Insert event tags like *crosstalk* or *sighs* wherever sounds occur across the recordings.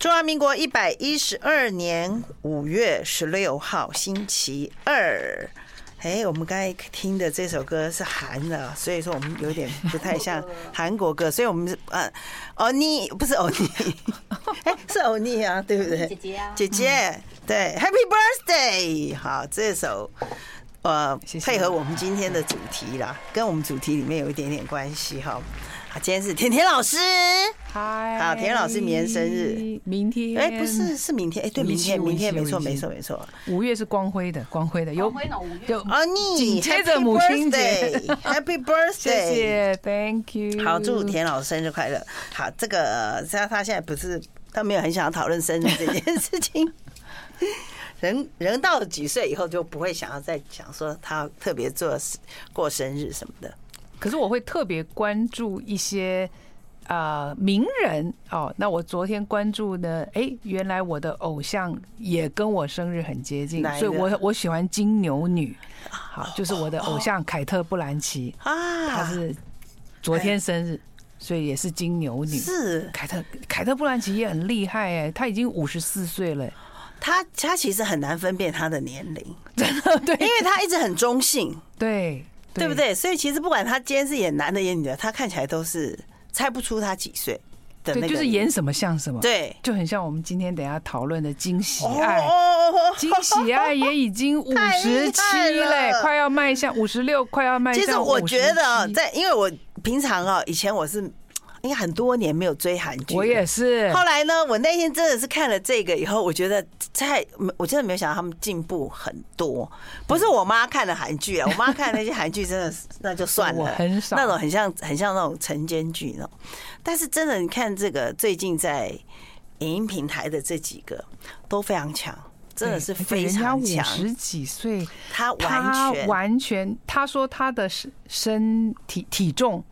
中华民国一百一十二年五月十六号星期二。哎，我们刚才听的这首歌是韩的，所以说我们有点不太像韩国歌，所以我们是呃，欧尼不是欧尼， *laughs* 哎是欧尼啊，对不对？姐姐啊姐姐对，Happy Birthday！好，这首呃谢谢配合我们今天的主题啦，跟我们主题里面有一点点关系哈。好，今天是甜甜老师。嗨，好田老师明天生日，明天哎，不是，是明天，哎，对，我明一起天，我一明天，起没我错，一没起错，没错。五月是光辉的，光辉的，有光辉呢五月有哦，你紧接着母亲节 *laughs* ，Happy 谢 Birthday！谢，Thank you，好，祝田老师生日快乐。好，这个他他现在不是，他没有很想要讨论生日这件事情。人人到几岁以后就不会想要再想说他要特别做过生日什么的。可是我会特别关注一些呃名人哦。那我昨天关注呢，哎，原来我的偶像也跟我生日很接近哪，一所以个我我喜欢金牛女，好，就是我的偶像凯特·布兰奇，她啊，是昨天生日，所以也是金牛女。是凯特凯特·布兰奇也很厉害哎，她已经五十四岁 *laughs* 了，他他其实很难分辨他的年 *laughs* 龄，真的对因为他一直很中性。对对不？对？所以其实不管他今天是演男的演女的，他看起来都是猜不出他几岁的那个，对，就是演什么像什么，，对。就很像我们今天等一下讨论的惊喜哦爱。哦金喜爱也已经五太厉十害七嘞了，快要迈向五十六，快要迈向其57。实我觉得啊在，因为我平常啊，以前我是应该很多年没有追韩剧，我也。是，后来呢，我那天真的是看了这个以后，我觉得在我真的没有想到他们进步很多。不是我妈看的韩剧啊，我妈看那些韩剧真的是那就算了，我很少那种很像很像那种晨间剧那种。哦但是真的，你看这个最近在影音平台的这几个都非常强，真的是非常五强。十几岁，他完他全完全，他说他的身身体体重。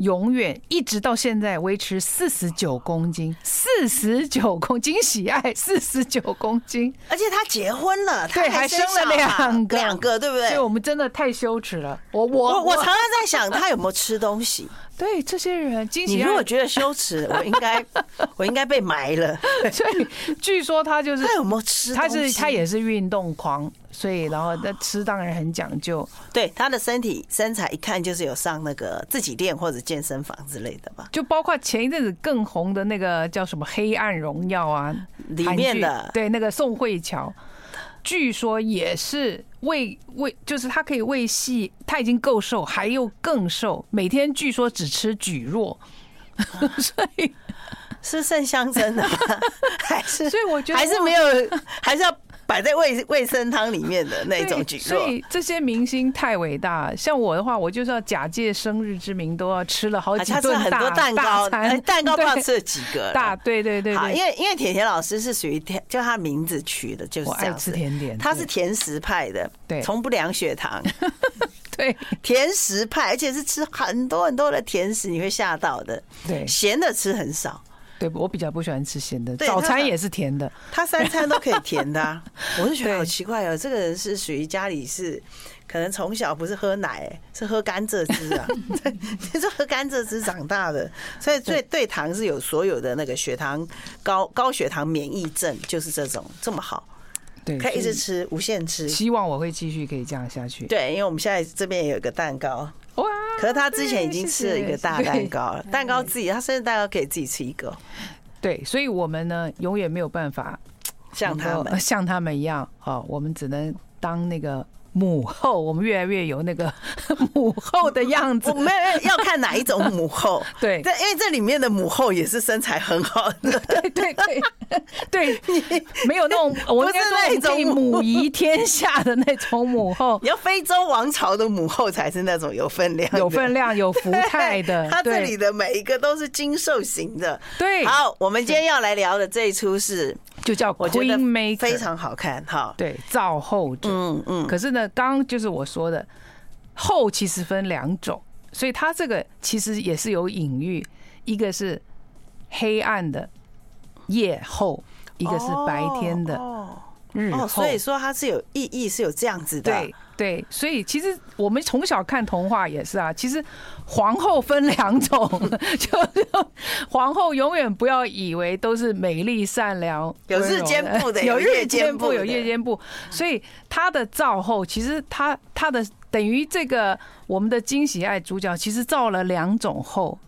永远一直到现在维持四十九公斤，四十九公斤喜爱四十九公斤，而且他结婚了，他对，还生生了两个，个，两个，对不对所以？我们真的太羞耻了。我我我我常常在想，他有没有吃东西？对这些人惊你喜如果爱，觉得羞耻，我应 *laughs* 该我应该被埋了。所以据说他就是他有没有吃东他西？是他也是运动狂，所以然后 *sighs* 那吃当然很讲究，对他的身体身材一看就是有上那个自己练或者健身房之类的吧，就包括前一阵子更红的那个叫什么《黑暗荣耀》啊，里韩面剧的对那个宋慧乔，据说也是为为就是她可以为戏，她已经够瘦，还又更瘦，每天据说只吃蒟蒻，所以是剩香针的吗？还是所以我觉得还是没有，还是要摆在卫卫生汤里面的那种对举所措。以这些明星太伟大，像我的话，我就是要假借生日之名，都要吃了好好几像吃顿啊了很大多蛋糕，大餐哎蛋糕不知道对吃了几个了大，对对对好，对，因为因为甜甜老师是属于甜，就他名字取的就是我这爱样吃子。甜点，他是甜食派的，对从不良血糖，对甜食派，而且是吃很多很多的甜食，你会吓到的。*laughs* 对咸的吃很少，对，我比较不喜欢吃咸的，对早他餐很也是甜的，他三餐都可以甜的、啊，我就觉得对好奇怪哦。这个人是属于家里是，可能从小不是喝奶、是喝甘蔗汁啊，对，就是喝甘蔗汁长大的，所以对对糖是有所有的那个血糖高高血糖免疫症，就是这种这么好，对，可以一直所吃，无限吃以。希望我会继续可以这样下去。对，因为我们现在这边也有一个蛋糕，哇，可是他之前已经对吃了一个大蛋，糕了，蛋糕自己他生日蛋糕可以自己吃一个，谢谢对对，所以我们呢永远没有办法像他能够呃们像他们一样，哦，我们只能当那个母后，我们越来越有那个 *laughs* 母后的样子我。哦没有要看哪一种母后， *laughs* 对这因为这里面的母后也是身材很好 *laughs* 的， *laughs* 对对 *laughs* 对对，没有那种，我应该说我们可以不是那种母仪天下的那种母后，你要非洲王朝的母后才是那种 *laughs* 有分量的、有 *laughs* 分量、有福态的。他这对里的每一个都是精瘦型的。对好，我们今天要来聊的这一出是，就叫我觉 Queen 得 Maker，非常好看哈。对造后者。嗯嗯，可是呢，刚刚就是我说的后其实分两种，所以它这个其实也是有隐喻，一个是黑暗的夜后，一一个是白天的哦，日后。哦，所以说它是有意义，是有这样子的。对对，所以其实我们从小看童话也是啊。其实皇后分两种， *laughs* 就是皇后永远不要以为都是美丽善良，有日温柔间部的有有夜日间间部部，有的夜间部。所以她的造后，其实她她的等于这个我们的惊喜爱主角，其实造了两种后。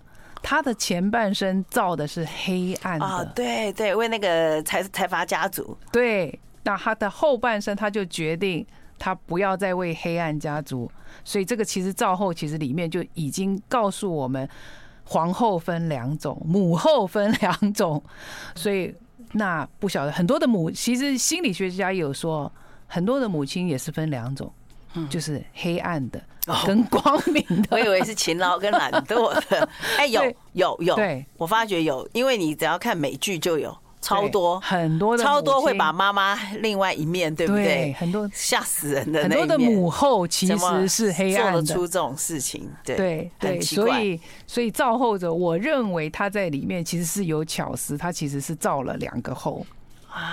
她的前半生造的是黑暗的，哦，对对，为那个财财阀家 *laughs* 族，对，那他的后半生他就决定他不要再为黑暗家族，所以这个其实赵后其实里面就已经告诉我们，皇后分两种，母后分两种，嗯所以那不晓得很多的母，其实心理学家也有说，很多的母亲也是分两种，嗯就是黑暗的哦跟光明的，我以为是勤劳跟懒惰 *laughs* 的。哎，有对有有，对，我发觉有，因为你只要看美剧就有 *laughs* 超对多，很多的超母多会亲把妈妈另外一面，对不对对？很多吓死人的很那一多面。的母后其怎么实是黑暗做的得，出这种事情，对对很对，奇所怪。以所以造后者，我认为他在里面其实是有巧思，他其实是造了两个后，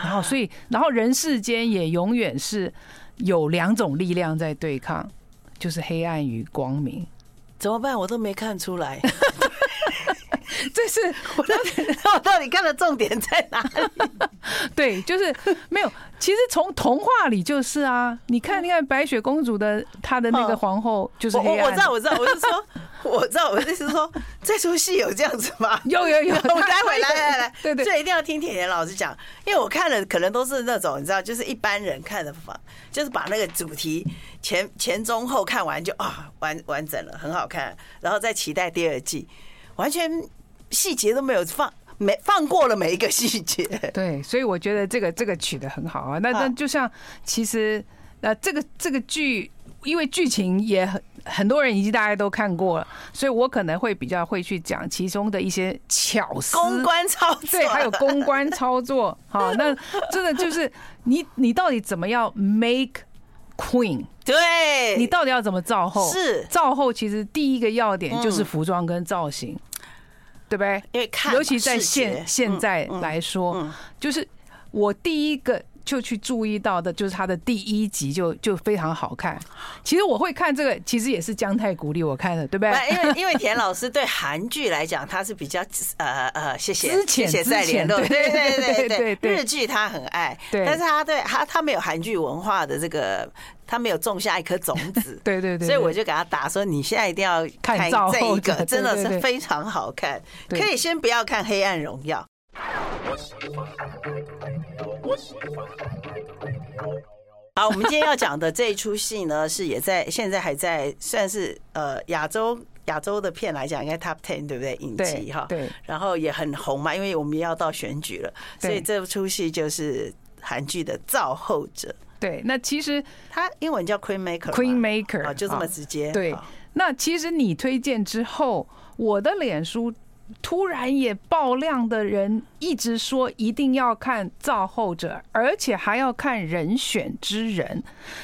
然后所以然后人世间也永远是有两种力量在对抗，就是黑暗与光明， *laughs* 怎么办？我都没看出来，这是我到底我到底看的重点在哪里？对，就是没有。其实从童话里就是啊，你看你看白雪公主的她的那个嗯皇后 *laughs* 就是我黑我我暗知的道，，我知道，我是说，我知道，我的意思是说，这出戏有这样子吗？有有 *laughs* 有，*laughs* 我待会来来来，对对所以一定要听铁岩老师讲，因为我看了可能都是那种你知道，就是一般人看的方，就是把那个主题前前中后看完就啊完完整了，很好看，然后再期待第二季，完全细节都没有放，没放过了每一个细 *laughs* 节。对，所以我觉得这个这个取得很好啊。那那好就像其实呃，这个这个剧，因为剧情也很很多人已经大家都看过了，所以我可能会比较会去讲其中的一些巧思。公关操作，对，还有公关操作， *laughs* 好，那真的就是你，你到底怎么要 make queen？对，你到底要怎么造后？是嗯造后，其实第一个要点就是服装跟造型，对不对？因为看嘛，尤其在视觉现现在来说，嗯就是我第一个就去注意到的，就是它的第一集就就非常好看。其实我会看这个，其实也是姜太鼓励我看的，对不对？不因为因为田老师对韩剧来讲，他是比较呃呃，谢谢之前谢谢再联络，之对前对对对对对对，对日剧他很爱，对。但是他对他他没有韩剧文化的这个，他没有种下一颗种子 *laughs* 对对对，所以我就给他打说，你现在一定要看看照这后一者个，真的对对是对非常好看。可对以先不要看《黑暗荣耀》，好，我们今天要讲的这一出戏呢，是也在 *laughs* 现在还在算是呃亚洲亚洲的片来讲，应该 Top Ten 对不对？影集对哈，对然后也很红嘛，因为我们要到选举了，所对以这出戏就是韩剧的《造后者》，对，那其实它英文叫 Queen Maker 嘛。 Queen Maker 啊，就这么啊直接。对好，那其实你推荐之后，我的脸书突然也爆量的人一直说一定要看《造后者》，而且还要看《人选之人》。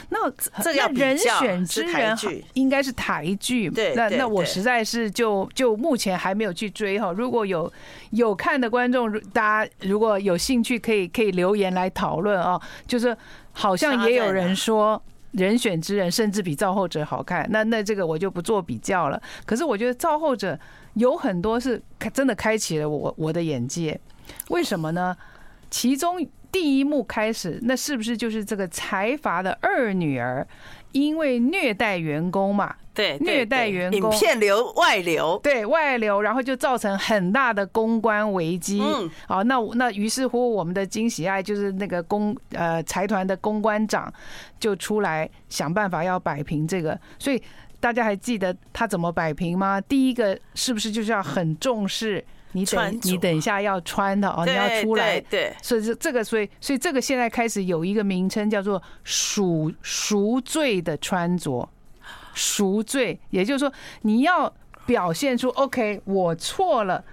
那 *laughs* 这个要那人比较选之是台人剧应该是台剧。对那对那我对实在是就就目前还没有去追哈。如果有有看的观众，如大家如果有兴趣，可以可以留言来讨论啊。就是好像也有人说。人选之人甚至比造后者好看，那那这个我就不做比较了。可是我觉得造后者有很多是开真的开启了我我的眼界，为什么呢？其中第一幕开始，那是不是就是这个财阀的二女儿，因为虐待员工嘛，对，对虐待对员影工片流外流，对外流，然后就造成很大的公关危机。嗯好，那我那于是乎，我们的金喜爱就是那个公呃财团的公关长就出来想办法要摆平这个，所以大家还记得他怎么摆平吗？第一个是不是就是要很重视你穿等着你等一下要穿的哦，你要对出来对对所以这这个，所以所以这个现在开始有一个名称叫做赎赎罪的穿着，赎罪，也就是说你要表现出 OK，我错了，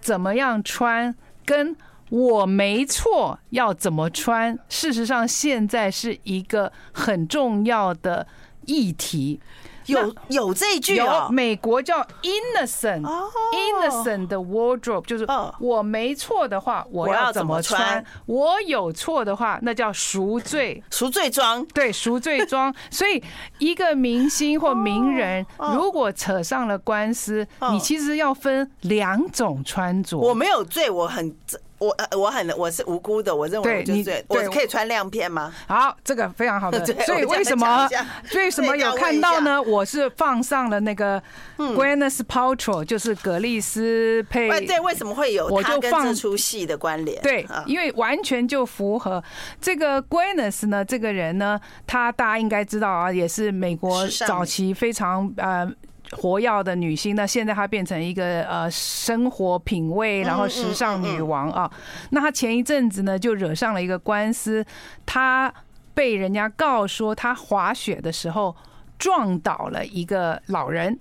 怎么样穿，跟我没错要怎么穿，事实上现在是一个很重要的议题。有有这一句有哦，美国叫 innocent，innocent 哦 innocent 的 wardrobe 就是哦我没错的话，我要要怎怎么么穿穿；我有错的话，那叫赎 *laughs* 罪。赎罪装对，赎罪装。所以，一个明星或名人哦如果扯上了官司，哦你其实要分两种穿着。我没有罪，我很我呃我很我是无辜的，我认为对我就是你罪，我对可以穿亮片吗？好，这个非常好的 *laughs* 对。所我这以样为什讲么一下 *laughs* 为什么有看到呢？我是放上了那个嗯 Gwyneth Paltrow，就是格丽斯佩。哎，对，为什么会有我他就跟放这出戏的关联？对啊，因为完全就符合这个 Gwyneth 呢，这个人呢，他大家应该知道啊，也是美国时尚早期非常呃。活跃的女星，那现在她变成一个呃生活品味，然后时尚女王啊。那她前一阵子呢，就惹上了一个官司，她被人家告说她滑雪的时候撞倒了一个老人。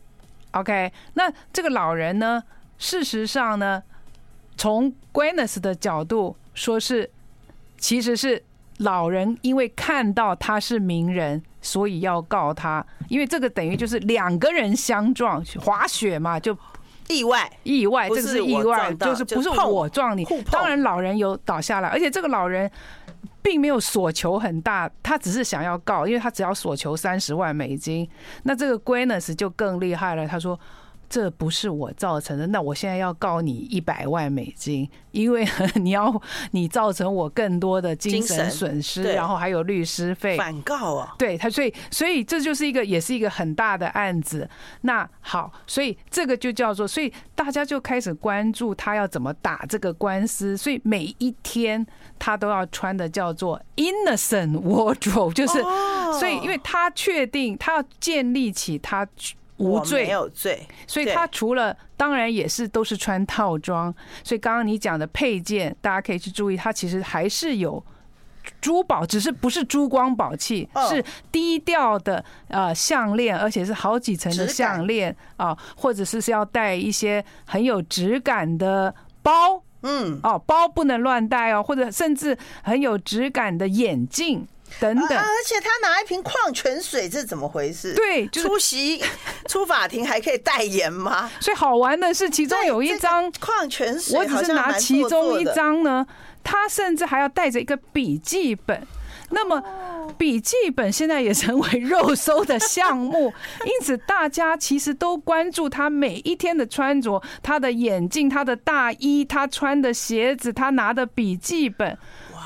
OK，那这个老人呢，事实上呢，从 Gwyneth 的角度说是，其实是老人因为看到他是名人，所以要告他，因为这个等于就是两个人相撞，滑雪嘛，就意外意外，不这是个是意我外，撞到就是不是就碰我撞你互。碰当然，老人有倒下来，而且这个老人并没有所求很大，他只是想要告，因为他只要所求三十万美金。那这个 Gwyneth 就更厉害了，他说。这不是我造成的，那我现在要告你一百万美金，因为 *laughs* 你要你造成我更多的精精神神损失，对然后还有律师费，反告哦，对他，所以所以这就是一个也是一个很大的案子。那好，所以这个就叫做，所以大家就开始关注他要怎么打这个官司。所以每一天他都要穿的叫做 innocent wardrobe，就是、哦所以因为他确定他要建立起他无我罪没，有罪，所以对他除了当然也是都是穿套装，所以刚刚你讲的配件，大家可以去注意，它其实还是有珠宝，只是不是珠光宝气，哦是低调的呃项链，而且是好几层质的感项链啊，或者是是要带一些很有质感的包。嗯，哦，包不能乱戴哦，或者甚至很有质感的眼镜等等啊，而且他拿一瓶矿泉水，这怎么回事？对就是出 *laughs* 席出法庭还可以代言吗？所以好玩的是，其中对有一这个张矿泉水，我只是拿其中一，张呢，他甚至还要带着一个笔记本。那么，哦笔记本现在也成为肉搜的项目，因此大家其实都关注他每一天的穿着、他的眼镜、他的大衣、他穿的鞋子、他拿的笔记本，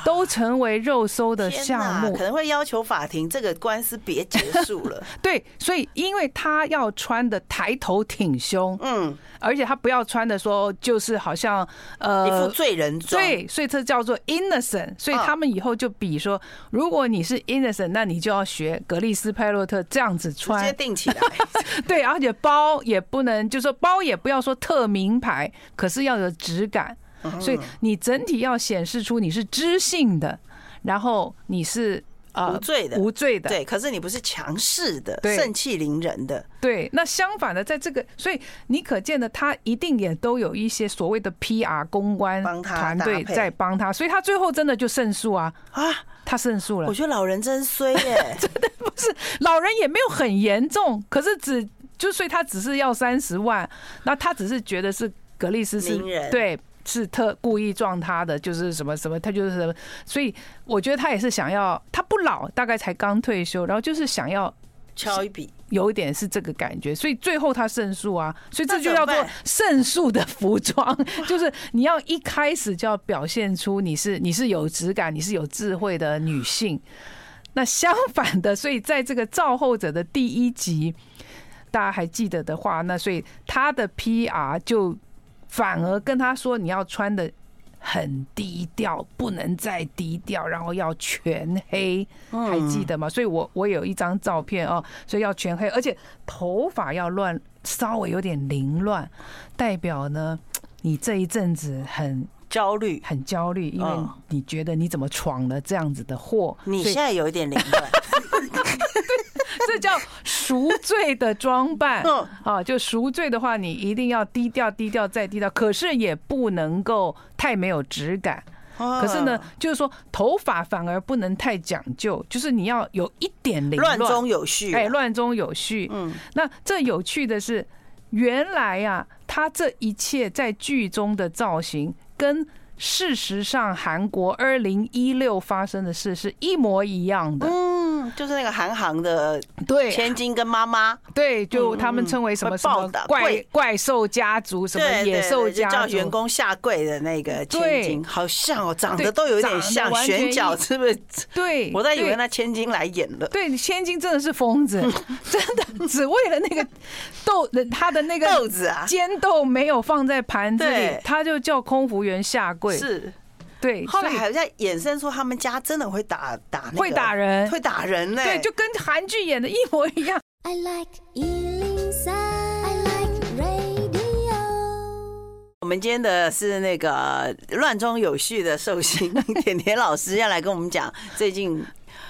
都成为肉搜的天哪项目可。能会要求法庭这个官司别结束 *laughs* 了。对，所以因为他要穿的抬头挺胸，嗯，而且他不要穿的说就是好像呃一副罪人装，对，所以这叫做 innocent。所以嗯他们以后就比说，如果你是 innocent，那你就要学格丽斯派洛特这样子直接穿。定起来。 *laughs* 对，而且包也不能，就说包也不要说特名牌，可是要有质感。嗯所以你整体要显示出你是知性的，然后你是呃无罪的无罪的。对，可是你不是强势的、对盛气凌人的，对，那相反的，在这个，所以你可见的，他一定也都有一些所谓的 PR 公关帮他团队搭配在帮他，所以他最后真的就胜诉啊啊！他胜诉了我。觉得老人真衰 *laughs* 耶，老人也没有很严重，可是只就所以他只是要三十万，那他只是觉得是格力斯是名人对。是特故意撞他的，就是什么什么，他就是什么，所以我觉得他也是想要，他不老，大概才刚退休，然后就是想要敲一笔，有一点是这个感觉，所以最后他胜诉啊，所以这那就怎么叫做办胜诉的服装， *laughs* 就是你要一开始就要表现出你是你是有质感、你是有智慧的女性。那相反的，所以在这个造后者的第一集，大家还记得的话，那所以他的 PR 就反而跟他说你要穿的很低调，不能再低调，然后要全黑，嗯还记得吗？所以我我有一张照片哦，所以要全黑，而且头发要乱，稍微有点凌乱，代表呢。你这一阵子很焦虑。很焦虑，因为嗯你觉得你怎么闯了这样子的祸？你所以现在有一点凌 *laughs* 乱，这叫赎罪的装扮 *laughs* 嗯啊！就赎罪的话，你一定要低调、低调再低调，可是也不能够太没有质感。哦可是呢，就是说头发反而不能太讲究，就是你要有一点凌乱乱中有序啊，哎，乱中有序。嗯，那这有趣的是，原来呀、他这一切在剧中的造型跟事实上韩国二零一六发生的事是一模一样的。嗯，就是那个韩寒的对千金跟妈妈，对，就他们称为什嗯会么什暴么打怪跪怪兽家族，什么对野对兽对就家叫员族。工下跪的那个千对金，好像哦，长对得都有长点得像，完全选一角是不是？对，我在以为对那千金来演了。对，千金真的是 *laughs* 疯子，真的只为了那个豆，他的那个豆子啊，尖豆没有放在盘子里对，他就叫空服员下跪。是。对，后来所以好像衍生出他们家真的会打打那个，会打人会打人呢、对，就跟韩剧演的一模一样。 I like Ealing Sound. I like radio. 我们今天的是那个乱中有序的寿 *laughs* 星甜甜老师要来跟我们讲最近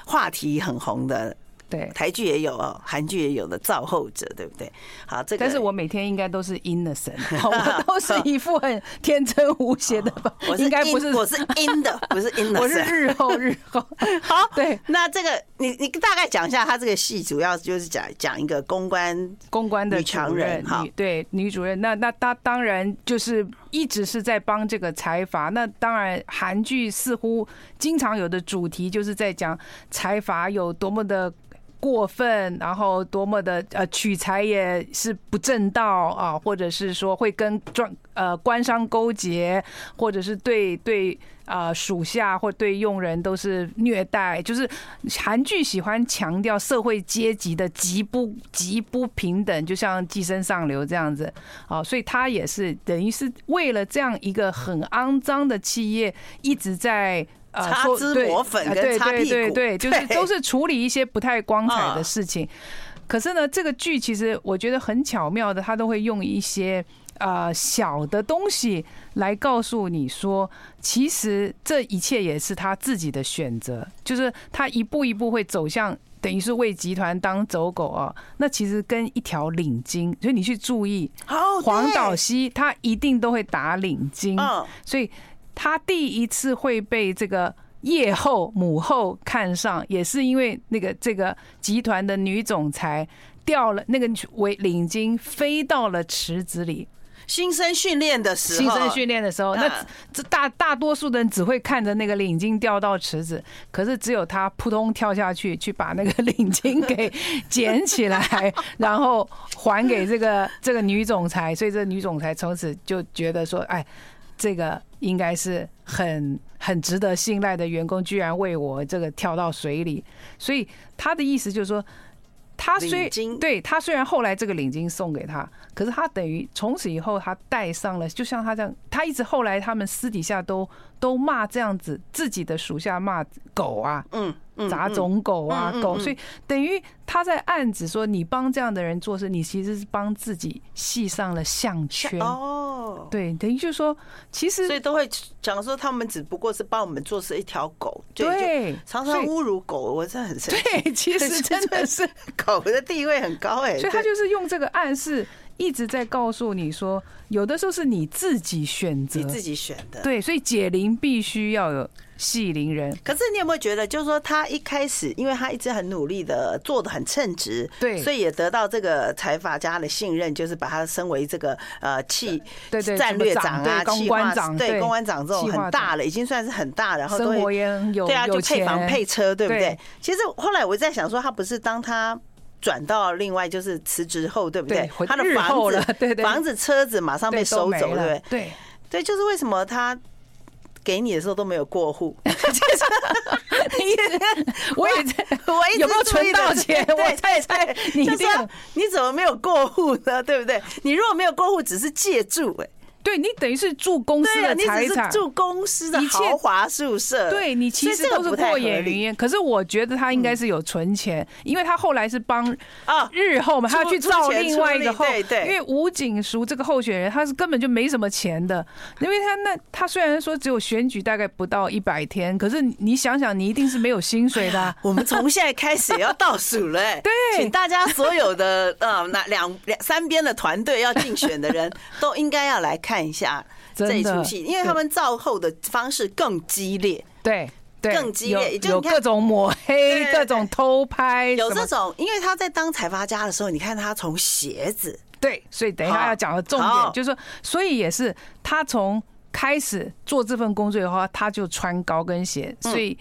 话题很红的对，台剧也有哦，韩剧也有的造后者，对不对？好，这个但是我每天应该都是 *laughs* innocent，我都是一副很天真无邪的吧 *laughs* 我，是应该阴不是，我是阴的，不是阴的， *laughs* 我是日后日后。好，对那这个你你大概讲一下，他这个戏主要就是讲讲一个公关，公关的女主强人任哈女对女主任，那那她当然就是一直是在帮这个财阀。那当然，韩剧似乎经常有的主题就是在讲财阀有多么的。过分，然后多么的呃取财也是不正道啊，或者是说会跟专呃官商勾结，或者是对对啊属下或对佣人都是虐待，就是韩剧喜欢强调社会阶级的极不极不平等，就像寄生上流这样子啊，所以他也是等于是为了这样一个很肮脏的企业一直在。呃，擦说脂对抹粉呃跟对擦对屁对股对，就是对都是处理一些不太光彩啊的事情。可是呢，这个剧其实我觉得很巧妙的，它都会用一些呃小的东西来告诉你说，其实这一切也是他自己的选择，就是他一步一步会走向。等于是为集团当走狗啊，那其实跟一条领巾，所以你去注意哦，黄岛对，西，他一定都会打领巾。嗯，所以他第一次会被这个夜后母后看上，也是因为那个这个集团的女总裁掉了那个围领巾，飞到了池子里。新生训练的时候，新生训练的时候，那嗯这大大多数的人只会看着那个领巾掉到池子，可是只有他扑通跳下去，去把那个领巾给捡起来，然后还给这个这个女总裁，所以这女总裁从此就觉得说，哎，这个应该是很很值得信赖的员工，居然为我这个跳到水里，所以他的意思就是说。他领虽巾对他虽然后来这个领巾送给他，可是他等于从此以后他戴上了，就像他这样，他一直后来他们私底下都都骂这样子自己的属下骂狗啊，嗯嗯杂种狗啊嗯嗯狗，嗯所以等于他在暗指说你帮这样的人做事，你其实是帮自己系上了项圈。哦，对，等于就是说，其实所以都会讲说他们只不过是帮我们做事一条狗，就对就常常所以侮辱狗，我真的很生气。 *laughs* 对，其实真的是狗的地位很高哎、所以他对就是用这个暗示一直在告诉你说，有的时候是你自己选择你，自己选的。对，所以解铃必须要有系铃人，可是你有没有觉得，就是说他一开始，因为他一直很努力的做的很称职，对所以也得到这个财阀家的信任，就是把他升为这个呃气对对战略长啊、什么长对企公划关长对对公关长这种企划很大了，已经算是很大，然后都生活会也很有对啊，就有配钱房配车，对不对对？其实后来我在想说，他不是当他。转到另外就是辞职后，对不对回他的日房后子了、 *laughs* 对对房子、车子马上被对收都没走，对不了对？ *laughs* 对。对，就是为什么他给你的时候都没有过户，你也我 *laughs* 也在，我一直有没有注意存的到是 *laughs* 钱？对我猜猜你就一定说你怎么没有过户呢？对不对？你如果没有过户，只是借住、哎，对你等于是住公司对啊，的你财只是产，住公司的一切豪华宿舍，对你所其以实这个都是不太过合眼理嗯云烟。可是我觉得他应该是有存钱，因为他后来是帮啊。日后嘛，他要去造另外一个出后，出钱出力对对因为吴景淑这个候选人他是根本就没什么钱的，因为他那他虽然说只有选举大概不到一百天，可是你想想，你一定是没有薪水的啊、我们从现在开始也要倒数了、哎 *laughs* 对请大 *laughs* 家所有的呃，那两两三边的团队要竞选的人都应该要来看一下真这一的出戏，因为他们造后的方式更激烈。对对，更激烈有就有你看各种抹黑，对各种偷拍， *laughs* 有什这么种，因为他在当财阀家的时候，你看他从鞋子，对，所以等一下好要讲的重好点就是说，所以也是他从开始做这份工作的话，他就穿高跟鞋，所以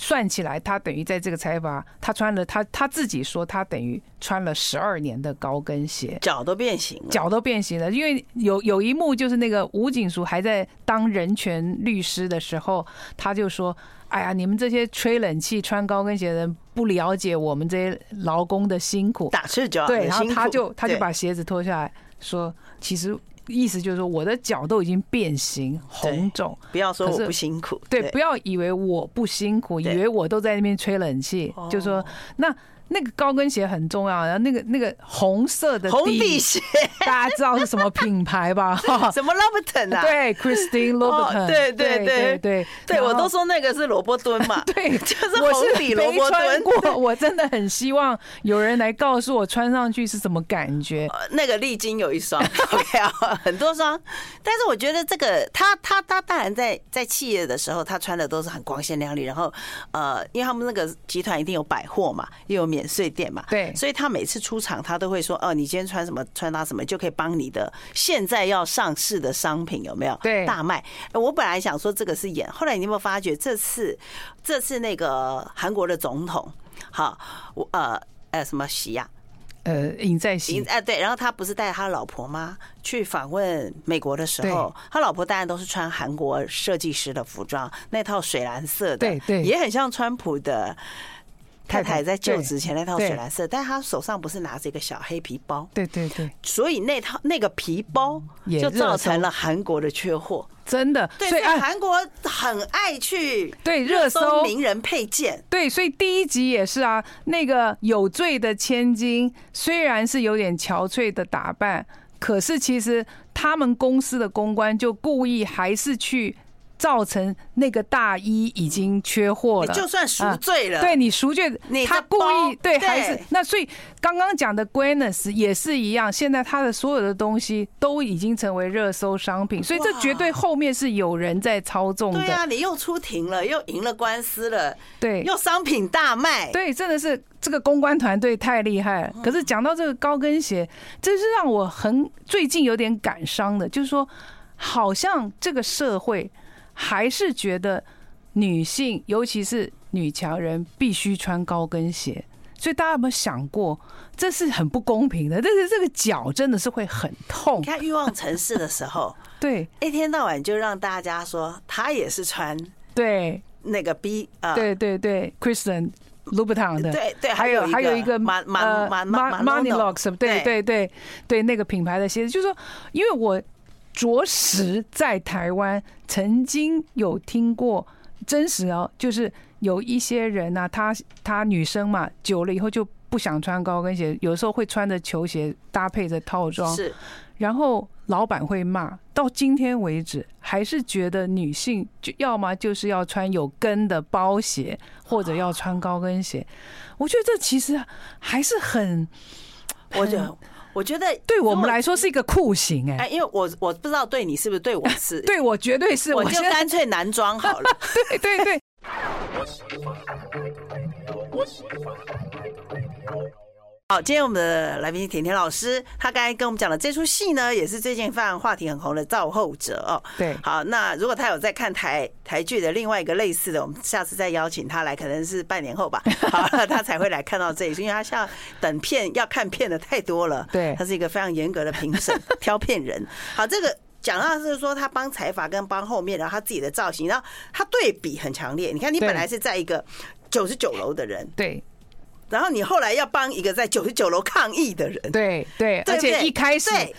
算起来，他等于在这个财阀，他穿了他他自己说，他等于穿了十二年的高跟鞋。脚都变形了。脚都变形了，因为有有一幕就是那个吴景淑还在当人权律师的时候，他就说：“哎呀，你们这些吹冷气、穿高跟鞋的人不了解我们这些劳工的辛苦，打赤脚，啊对，很然后辛他苦就他就对把鞋子脱下来说，其实意思就是说我的脚都已经变形红肿，不要说可我是不辛苦，对，不要以为我不辛苦，以对哦为我都在那边吹冷气，就说那那个高跟鞋很重要，然后那个那个红色的红底底， *laughs* 鞋，大家知道是什么品牌 *laughs* 吧？哈什么 Louboutin 啊？哦对，Christine Louboutin，对对对对对对，我然后，都说那个是萝卜蹲嘛 *laughs* *laughs* 对，就是我红是底没萝卜穿蹲。过，我真的很希望有人来告诉我穿上去是什么感觉。呃那个丽晶有一 *laughs* 双，OK 啊，很多双，但是我觉得这个他他他当然在在企业的时候，他穿的都是很光鲜亮丽，然后呃，因为他们那个集团一定有百货嘛，也有免税店嘛，对所以他每次出场，他都会说，哦，你今天穿什么，穿搭什么，就可以帮你的现在要上市的商品有没有对大卖？呃我本来想说这个是演，后来你有没有发觉这次这次那个韩国的总统，好，我呃呃什么喜呀、呃，赢在行行，哎，对，然后他不是带他老婆吗？去访问美国的时候对，他老婆当然都是穿韩国设计师的服装，那套水蓝色的，对对也很像川普的太太太太在就对职前那套对水蓝色，但他手上不是拿着一个小黑皮包，对对对，所以那套那个皮包也就热造搜成了韩国的缺货。真的，对，所所以以啊，韩国很爱去对热搜搜，名人配件。对，所以第一集也是啊，那个有罪的千金虽然是有点憔悴的打扮，可是其实他们公司的公关就故意还是去造成那个大衣已经缺货你了，就算赎啊罪了，对你熟觉你，他的故包意对对还是那，所以刚刚讲的 Gwyneth 也是一样，现在他的所有的东西都已经成为热搜商品，所以这哇绝对后面是有人在操纵对啊，的，你又出庭了，又赢了官司了，对又商品大卖，对，真的是这个公关团队太厉害嗯了。可是讲到这个高跟鞋，这是让我很最近有点感伤的，就是说，好像这个社会还是觉得女性，尤其是女强人，必须穿高跟鞋。所以大家有没有想过，这是很不公平的？但是这个脚真的是会很痛你。看《欲望城市》的时 *laughs* 候，对一天到晚就让大家说他也是穿对那个 B 啊、呃，对对对，Kristen Louboutin 的。对对，还有还有一个马马呃马马 Money Locks，对对对对对，那个品牌的鞋子，就是说，因为我着实在台湾曾经有听过真实哦，就是有一些人啊，她她女生嘛，久了以后就不想穿高跟鞋，有时候会穿着球鞋搭配着套装，是然后老板会骂，到今天为止还是觉得女性就要么就是要穿有跟的包鞋，或者要穿高跟鞋。我觉得这其实还是很我就我觉得嗯对我如们果来说是一个酷刑哎、哎，因为我我不知道对你是不是对我是， *laughs* 对我绝对是，我我就现在干脆男装好了。对对对，好，今天我们的来宾是甜甜老师，她刚才跟我们讲的这出戏呢，也是最近非常话题很红的《造后者》哦。对好，那如果他有在看台台剧的另外一个类似的，我们下次再邀请他来，可能是半年 *laughs* 后吧，好，他才会来看到这一出，因为他像等片要看片的太多了，对他是一个非常严格的评审，挑片 *laughs* 人。好，这个。讲到是说他帮财阀跟帮后面，然后他自己的造型，然后他对比很强烈。你看，你本对来是在一个九十九楼的人，对然后你后来要帮一个在九十九楼抗议的人， *laughs* 对 *laughs* 对，对而不对且一开始对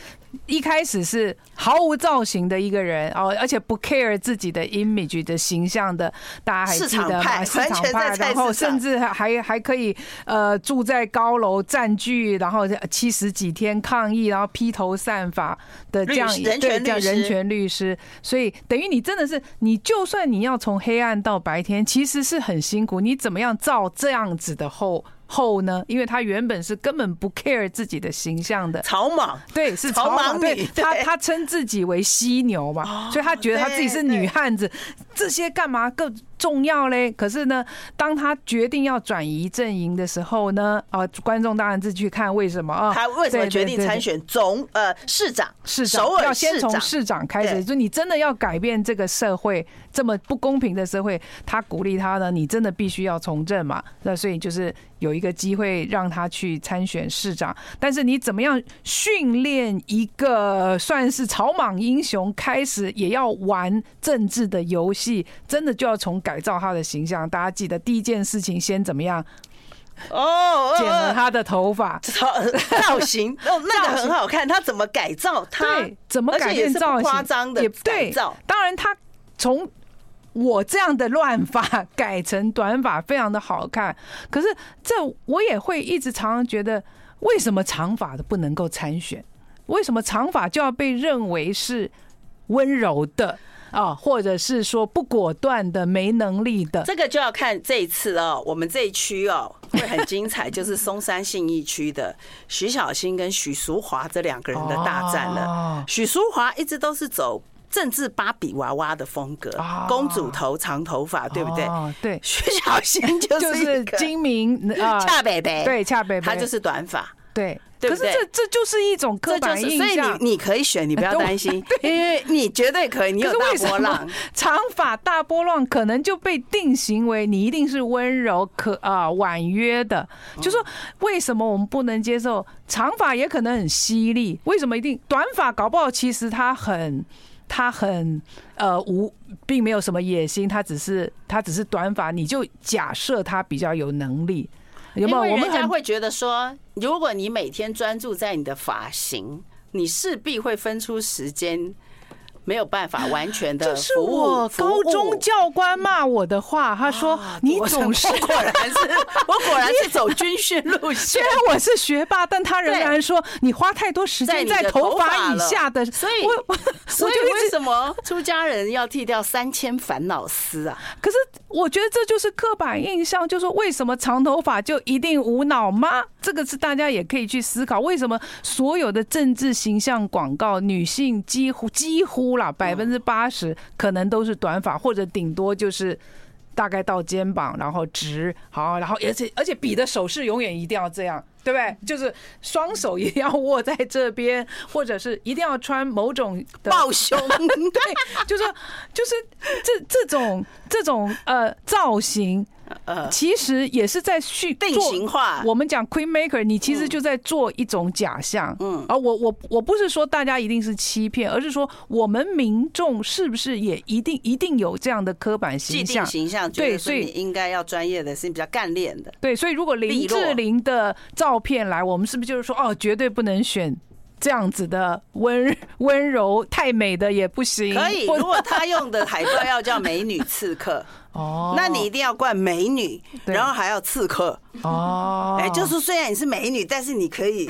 一开始是毫无造型的一个人哦，而且不 care 自己的 image 的形象的，大家还记得吗？市场派完全在菜市场然后甚至还还还可以呃住在高楼占据，然后七十几天抗议，然后披头散发的这样律师人对权律这样师人权律师，所以等于你真的是你，就算你要从黑暗到白天，其实是很辛苦，你怎么样造这样子的后？后呢，因为他原本是根本不 care 自己的形象的，草莽，对，是草草莽莽，对女他对他称自己为犀牛嘛，所以他觉得他自己是对对女汉子，这些干嘛更重要嘞？可是呢，当他决定要转移阵营的时候呢，啊，观众当然是去看为什么啊？他为什么对决定对对参选总呃市长？市长首尔要先市从长。市长开始，对就你真的要改变这个社会这么不公平的社会，他鼓励他呢，你真的必须要从政嘛。那所以就是有一个机会让他去参选市长，但是你怎么样训练一个算是草莽英雄，开始也要玩政治的游戏，真的就要从改造他的形象。大家记得第一件事情先怎么样，哦哦，剪了哦他的 *laughs* 头发。造造 *laughs* 型哦，那个很好看，他怎么改造他？对，怎么而且改也变是不造型？夸张的也改对造，。当然，他从我这样的乱发改成短发，非常的好看。可是这我也会一直常常觉得，为什么长发的不能够参选？为什么长发就要被认为是温柔的啊，或者是说不果断的、没能力的？这个就要看这一次哦，我们这一区哦会很精彩，就是松山信义区的徐小新跟许淑华这两个人的大战了哦。许淑华一直都是走政治芭比娃娃的风格哦，公主头、长头发，对不对？哦对，徐小新就就是是一个精明啊，恰北北，对，恰贝贝，他就是短发。对。对不可对是这这就是一种这刻就板是，印所以象。你你可以选，你不 *laughs* 要担心，因为你绝对可以，你可有是大为什波么浪。长发大波浪可能就被定型为你一定是温柔可啊、婉约的？嗯就说为什么我们不能接受长发也可能很犀利？为什么一定短发搞不好其实他很他很呃无，并没有什么野心，他只是他只是短发，你就假设他比较有能力，有没因有？为我们人家很会觉得说，如果你每天专注在你的发型，你势必会分出时间，没有办法完全 *laughs* 的这是服我务。服高务啊中教官骂我的话，他说你我总是我果然是， *laughs* 我果然是走军训路线虽。然我是学霸，但他仍然说你花太多时在间在你的头头发发以了下的，所以我我所我以就一为直，什么出家人要剃掉三千烦恼丝啊？ *laughs* 可是我觉得这就是刻板印象，就说为什么长头发就一定无脑吗？这个是大家也可以去思考，为什么所有的政治形象广告，女性几乎几乎啦百分之八十可能都是短发，或者顶多就是。大概到肩膀，然后直好，然后而且而且比的手势永远一定要这样，对不对？就是双手也要握在这边，或者是一定要穿某种的抱胸，对，就是就是这这种这种呃造型， *laughs* 呃，其实也是在去定做型化嗯我们讲 Queen Maker，你其实就在做一种假象。嗯，而我我我不是说大家一定是欺骗，而是说我们民众是不是也一定一定有这样的刻板既形定象？形象，觉对得说所以你应该要专业的，是比较干练的。对，所以如果利林落志玲的照片来，我们是不是就是说，哦，绝对不能选这样子的温 *laughs* 温柔太美的也不行？可以，或如果他用的海报要叫美女刺客， *laughs* 哦，那你一定要冠美女，对然后还要刺客。哦，哎，就是虽然你是美女，但是你可以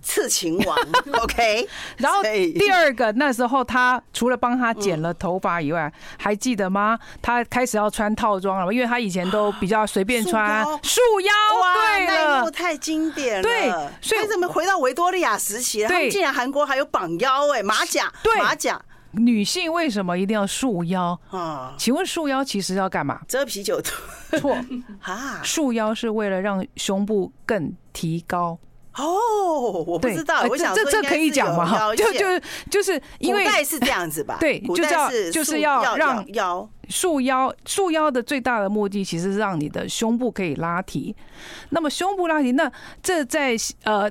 刺秦 *laughs* 王，OK？然后所以第二个，那时候他除了帮他剪了头发以嗯外，还记得吗？他开始要穿套装了，因为他以前都比较随便穿束腰束腰。哇，对那一幕了，太经典了。对所以为什么回到维多利亚时期了？他们对竟然韩国还有绑腰哎，马甲，对马甲女性为什么一定要束腰？啊，？请问束腰其实要干嘛 *laughs* 遮啤 *laughs* 酒肚错，啊，束腰是为了让胸部更提高。 *laughs* 哦，我不对，知道，呃我想这说这应该可以是讲有吗？腰就线就就是因为古代是这样子吧？对古就代叫是就是束要要让腰束腰，束腰的最大的目的其实是让你的胸部可以拉提。那么胸部拉提，那这在呃，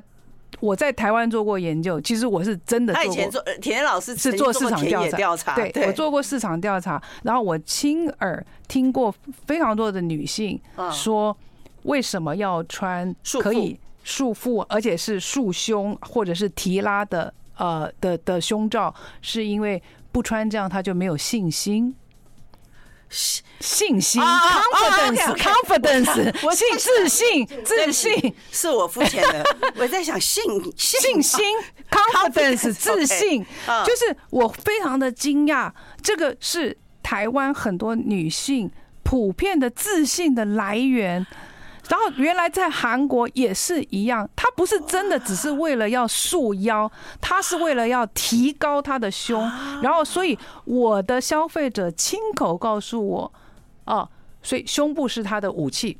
我在台湾做过研究，其实我是真的他以做前过。做呃田老师曾是经做做市过场田野调调查，对我做过市场调查，然后我亲耳听过非常多的女性嗯说，为什么要穿束可缚以束缚，而且是束胸或者是提拉的呃的的胸罩，是因为不穿这样她就没有信心。信心哦哦哦，OK，OK ，confidence，confidence，我信自信，自信，是我肤浅 *laughs* 的，我在想信啊信心，confidence，自 *laughs* 信 OK，嗯，就是我非常的惊讶，这个是台湾很多女性普遍的自信的来源。然后原来在韩国也是一样，他不是真的只是为了要束腰，他是为了要提高他的胸。啊然后，所以我的消费者亲口告诉我，哦，所以胸部是他的武器。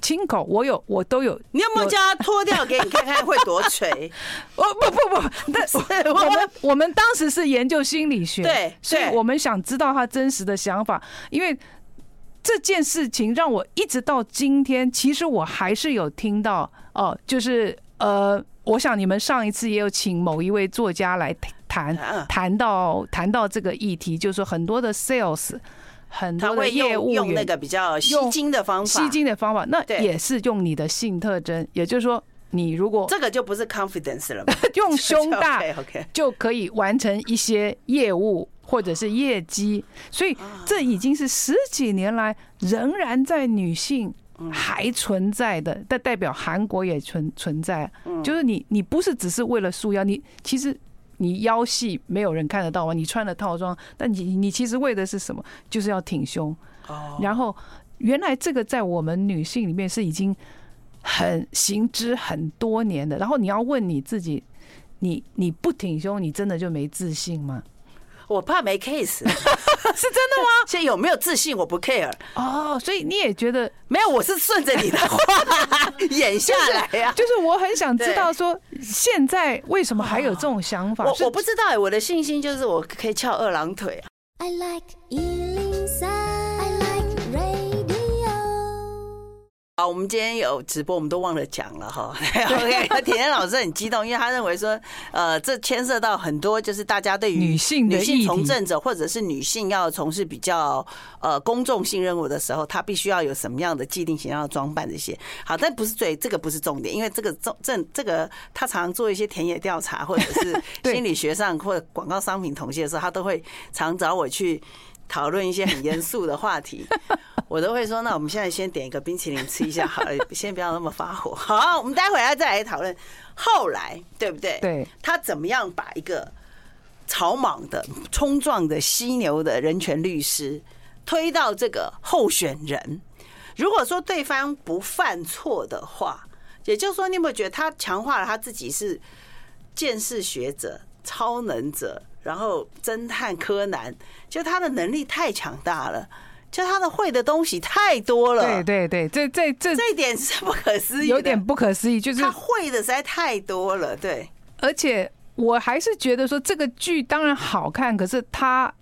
亲口，我有，我都有。你有没有叫他脱掉给你看看会多垂？哦，不不不，*laughs* 但是 *laughs* 我们我们当时是研究心理学，对所以对我们想知道他真实的想法，因为这件事情让我一直到今天，其实我还是有听到哦、就是呃，我想你们上一次也有请某一位作家来谈嗯谈到谈到这个议题，就是说很多的 sales，很他多的会业务用员用那个比较吸睛的方法，吸睛的方法，那对也是用你的性特征，也就是说，你如果这个就不是 confidence 了吧？用 *laughs* 胸 *laughs* 大 OK OK，就可以完成一些业务或者是业绩，所以这已经是十几年来仍然在女性还存在的，但代表韩国也存存在，就是你你不是只是为了束腰，你其实。你腰细没有人看得到啊！你穿了套装，但你你其实为的是什么？就是要挺胸。哦，然后原来这个在我们女性里面是已经很行之很多年的。然后你要问你自己，你你不挺胸，你真的就没自信吗？我怕没 *laughs* case，是真的吗？现在有没有自信我不 care，哦，所以你也觉得，没有，我是顺着你 *laughs* 的话演下来啊呀、就是我很想知对道说，现在为什么还有这种想法？是我我不知道、欸，我的信心就是我可以翘二郎腿、啊。 I like Ealing Sound. I like radio. 好，我们今天有直播，我们都忘了讲了哈。OK，那 *laughs* 田田老师很激动，因为他认为说，呃，这牵涉到很多就是大家对于女性的女议性题从政者或者是女性要从事比较呃公众性任务的时候，她必须要有什么样的既定形象的装扮这些。好，但不是最这个不是重点，因为这个重这这个他常做一些田野调查或者是 *laughs* 对心理学上或者广告商品统计的时候，他都会常找我去。讨论一些很严肃的话题， *laughs* 我都会说，那我们现在先点一个冰淇淋吃一下好了，先不要那么发火。好，我们待会儿再来讨论后来，对不对？对，他怎么样把一个草莽的、冲撞的犀牛的人权律师推到这个候选人？如果说对方不犯错的话，也就是说，你有没有觉得他强化了他自己是见识学者、超能者，然后侦探柯南，就他的能力太强大了，就他的会的东西太多了。对对对，这这这这一点是不可思议的，有点不可思议，就是他会的实在太多了。对，而且我还是觉得说这个剧当然好看，可是它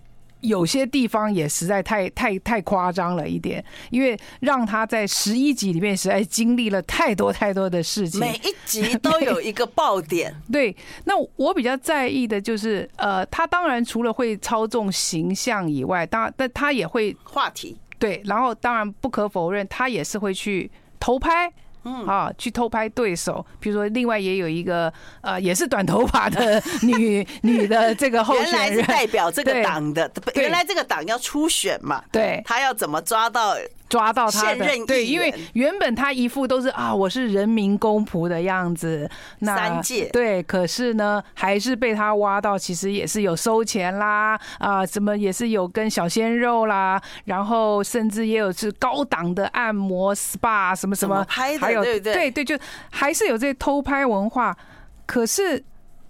有些地方也实在太太太夸张了一点，因为让他在十一集里面实在经历了太多太多的事情。每一集都有一个爆点，对，那我比较在意的就是，呃，他当然除了会操纵形象以外，当然但他也会话题对，然后当然不可否认，他也是会去偷拍。嗯啊，去偷拍对手，比如说，另外也有一个呃，也是短头发的 *laughs* 女女的这 *laughs* 个候原来是选人，代表这个对党的，不对原来这个党要初选嘛，对他要怎么抓到？抓到他现的任议，对，因为员原本他一副都是啊，我是人民公仆的样子，那三届对，可是呢，还是被他挖到，其实也是有收钱啦，啊、什么也是有跟小鲜肉啦，然后甚至也有是高档的按摩 SPA 什么什怎么拍的还有对不对对对，就还是有这偷拍文化。可是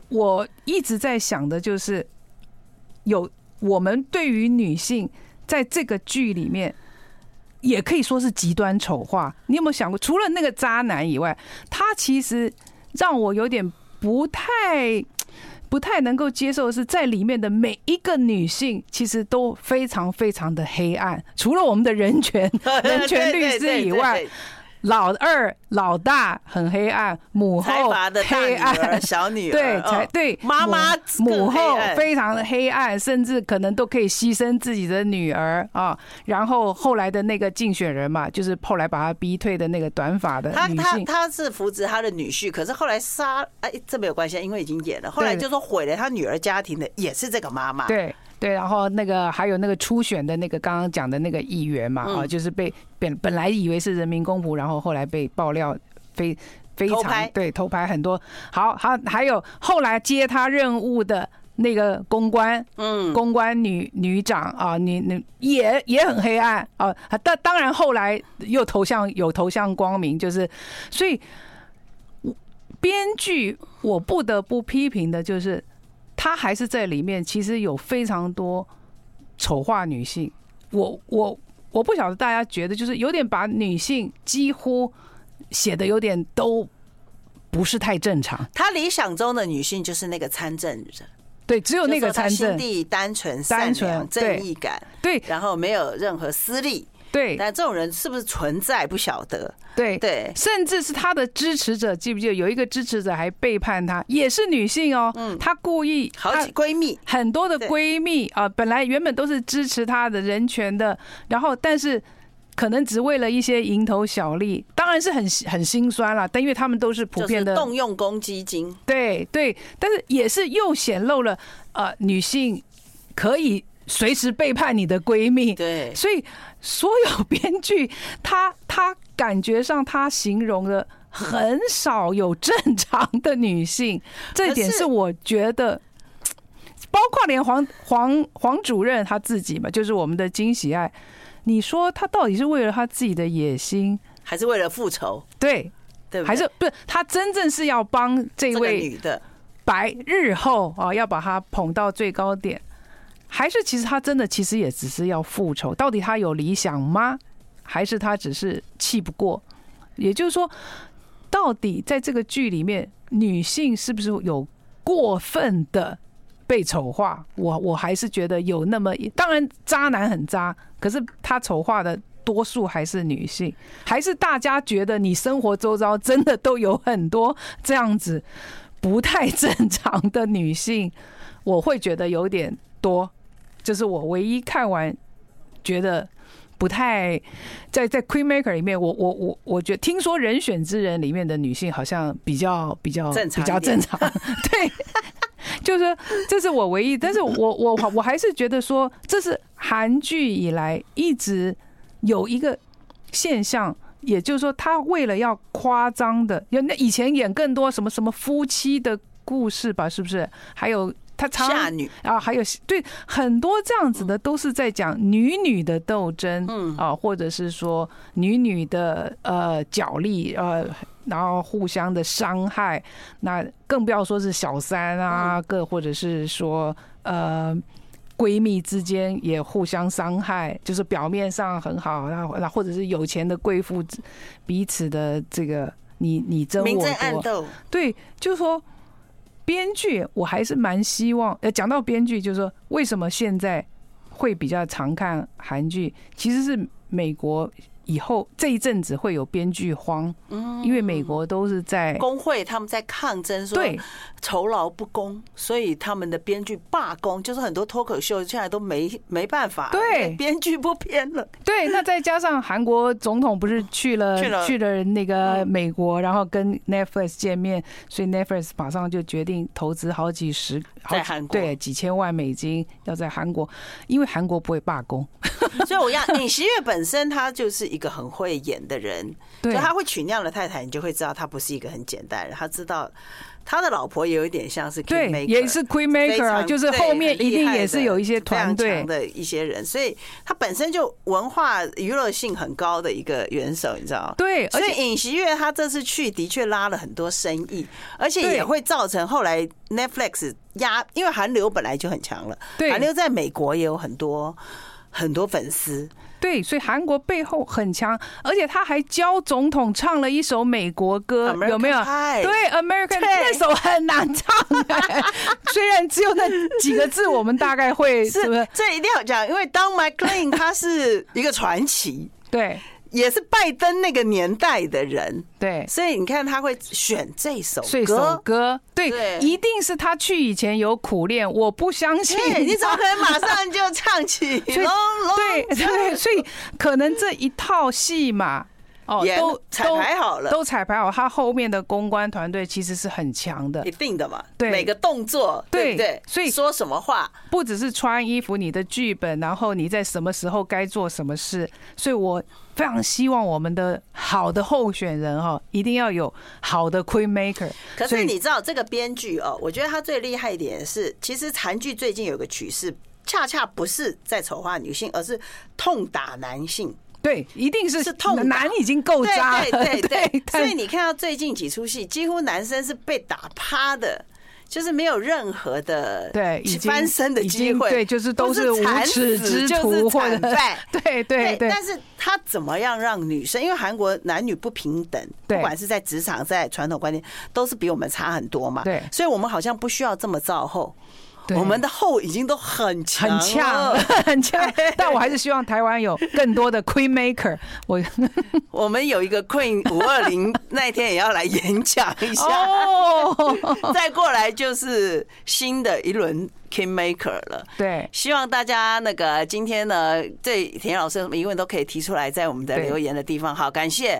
我一直在想的就是，有我们对于女性在这个剧里面。也可以说是极端丑化。你有没有想过，除了那个渣男以外，他其实让我有点不太、不太能够接受的是，在里面的每一个女性其实都非常非常的黑暗。除了我们的人 *laughs* 权 *laughs* *laughs* 人权律对对师对以对 *laughs* 外对，老二、老大很黑暗，母财后阀的大黑女儿、哦暗。 *laughs* 小女儿，对，嗯才对妈妈母更母黑后暗非常的黑暗，甚至可能都可以牺牲自己的女儿啊。然后后来的那个竞选人嘛，就是后来把他逼退的那个短发的他女他性，他是扶植他的女婿，可是后来杀哎，这没有关系，因为已经演了。后来就说毁了他女儿家庭的也是这个妈妈，对对，然后那个还有那个初选的那个刚刚讲的那个议员嘛，啊，嗯就是被本本来以为是人民公仆，然后后来被爆料非非偷常拍对偷拍很多，好，还还有后来接他任务的那个公关，嗯，公关女女长啊，你你也也很黑暗啊，但当然后来又投向有投向光明，就是所以我编剧我不得不批评的就是，他还是在里面其实有非常多丑化女性，我我我不晓得大家觉得就是有点把女性几乎写的有点都不是太正常，他理想中的女性就是那个参政者，对，只有那就说个她参心，政地单纯、善单纯良、对正义感，对然后没有任何私利。对但这种人是不是存在不晓得？对对，甚至是他的支持者，记不记得有一个支持者还背叛他，也是女性哦，她故意嗯好她几闺蜜，很多的对闺蜜啊、本来原本都是支持她的人权的，然后但是可能只为了一些蝇头小利，当然是很很心酸啦，但因为他们都是普就遍是的，动用公积金，对对，但是也是又显露了呃女性可以随时背叛你的闺蜜，对，所以所有编剧 *laughs* 他他感觉上他形容的很少有正常的女 *laughs* 性，这一点可是是我觉得。包括连黄黄黄主任他自己嘛，就是我们的金喜爱，你说他到底是为了他自己的野心，还是为了复仇，对，对不对？还是不是他真正是要帮这这个位女的，白日后啊，要把他捧到最高点，还是其实他真的其实也只是要复仇？到底他有理想吗？还是他只是气不过？也就是说，到底在这个剧里面，女性是不是有过分的被丑化？我我还是觉得有那么一，当然渣男很渣，可是他丑化的。多数还是女性，还是大家觉得你生活周遭真的都有很多这样子不太正常的女性，我会觉得有点多。 *laughs* 就是我唯一看完觉得不太在在 Queen Maker 里面，我我我我觉得听说《人选之人》里面的女性好像比较比较正常比一较点正 *laughs* 常，对。就是这是我唯一，但是我我我还是觉得说，这是韩剧以来一直有一个现象，也就是说，他为了要夸张的，有那以前演更多什么什么夫妻的故事吧，是不是？还有他常下女，啊，还有对很多这样子的都是在讲女女的斗争，嗯啊，或者是说女女的呃角力呃，然后互相的伤害，那更不要说是小三啊，嗯各或者是说呃。闺蜜之间也互相伤害，就是表面上很好，然后然后或者是有钱的贵妇之彼此的这个你你争明我争暗夺，斗，对，就是说编剧，我还是蛮希望。呃，讲到编剧，就是说为什么现在会比较常看韩剧，其实是美国以后这一阵子会有编剧荒，嗯，因为美国都是在工会他们在抗争，说哎对酬劳不公，所以他们的编剧罢工，就是很多脱口秀现在都没没办法，对因为编剧不编了，对，那再加上韩国总统不是去了去了嗯那个美国，然后跟 Netflix 见面，所以 Netflix 马上就决定投资好几十好在几韩国对几千万美金要在韩国，因为韩国不会罢工，所以我要尹锡悦本身他就是一个很会演的人，对就他会娶那样的太太，你就会知道他不是一个很简单的人，他知道他的老婆也有一点像是 King 对， Maker, 也是 Queen 非 Maker，啊常就是对后面很一定厉害也是有一些的非常团队强，的一些人，所以他本身就文化娱乐性很高的一个元首，你知道吗？对，所而且以尹锡悦他这次去的确拉了很多生意，而且对也会造成后来 Netflix 压，因为韩流本来就很强了，韩对流在美国也有很多很多粉丝，对，所以韩国背后很强，而且他还教总统唱了一首美国歌，呃有没有？ American Pie 对，American 对那首很难唱、哎虽然只有那几个字，我们大概会是不是是？这一定要讲，因为 Don McLean 他是一个传奇， *laughs* 对也是拜登那个年代的 *laughs* 人，对，所以你看他会选这首这首歌。歌，对，对一定是他去以前有苦练，我不相信对，你怎么他可能马上就唱起 *laughs* 所 Long 以 *laughs* Long 对对，所以可能这一套戏嘛，哦，也都彩都排好了都彩排好，他后面的公关团队其实是很强的一，定的嘛，对每个动作，对对不对？所以说什么话，不只是穿衣服，你的剧本，然后你在什么时候该做什么事，所以我非常希望我们的好的候选人哈、一定要有好的 queen maker。可所是以你知道这个编剧哦，我觉得他最厉害一点是，其实韩剧最近有个趋势，恰恰不是在丑化女性，而是痛打男性。对，一定是是痛打男已经够渣了，对对 *laughs* 对对，所但以你看到最近几出戏，几乎男生是被打趴的。就是没有任何的对已经翻身的已机经会，对，就是都不是无惨耻死之就是徒或者惨败 *laughs* 对对对但是他怎么样让女生？因为韩国男女不平等，对不管是在职场、在传统观念，都是比我们差很多嘛。对所以我们好像不需要这么造后，对我们的后已经都很强很了 *laughs* 呛， *laughs* 很呛，但我还是希望台湾有更多的 queen maker。我我们有一个 Queen 五二零那天也要来演讲一 *laughs* 下，哦， *laughs* 再过来就是新的一轮 King Maker 了。对，希望大家那个今天呢，对田老师有什么疑问都可以提出来，在我们的对留言的地方。好，感谢。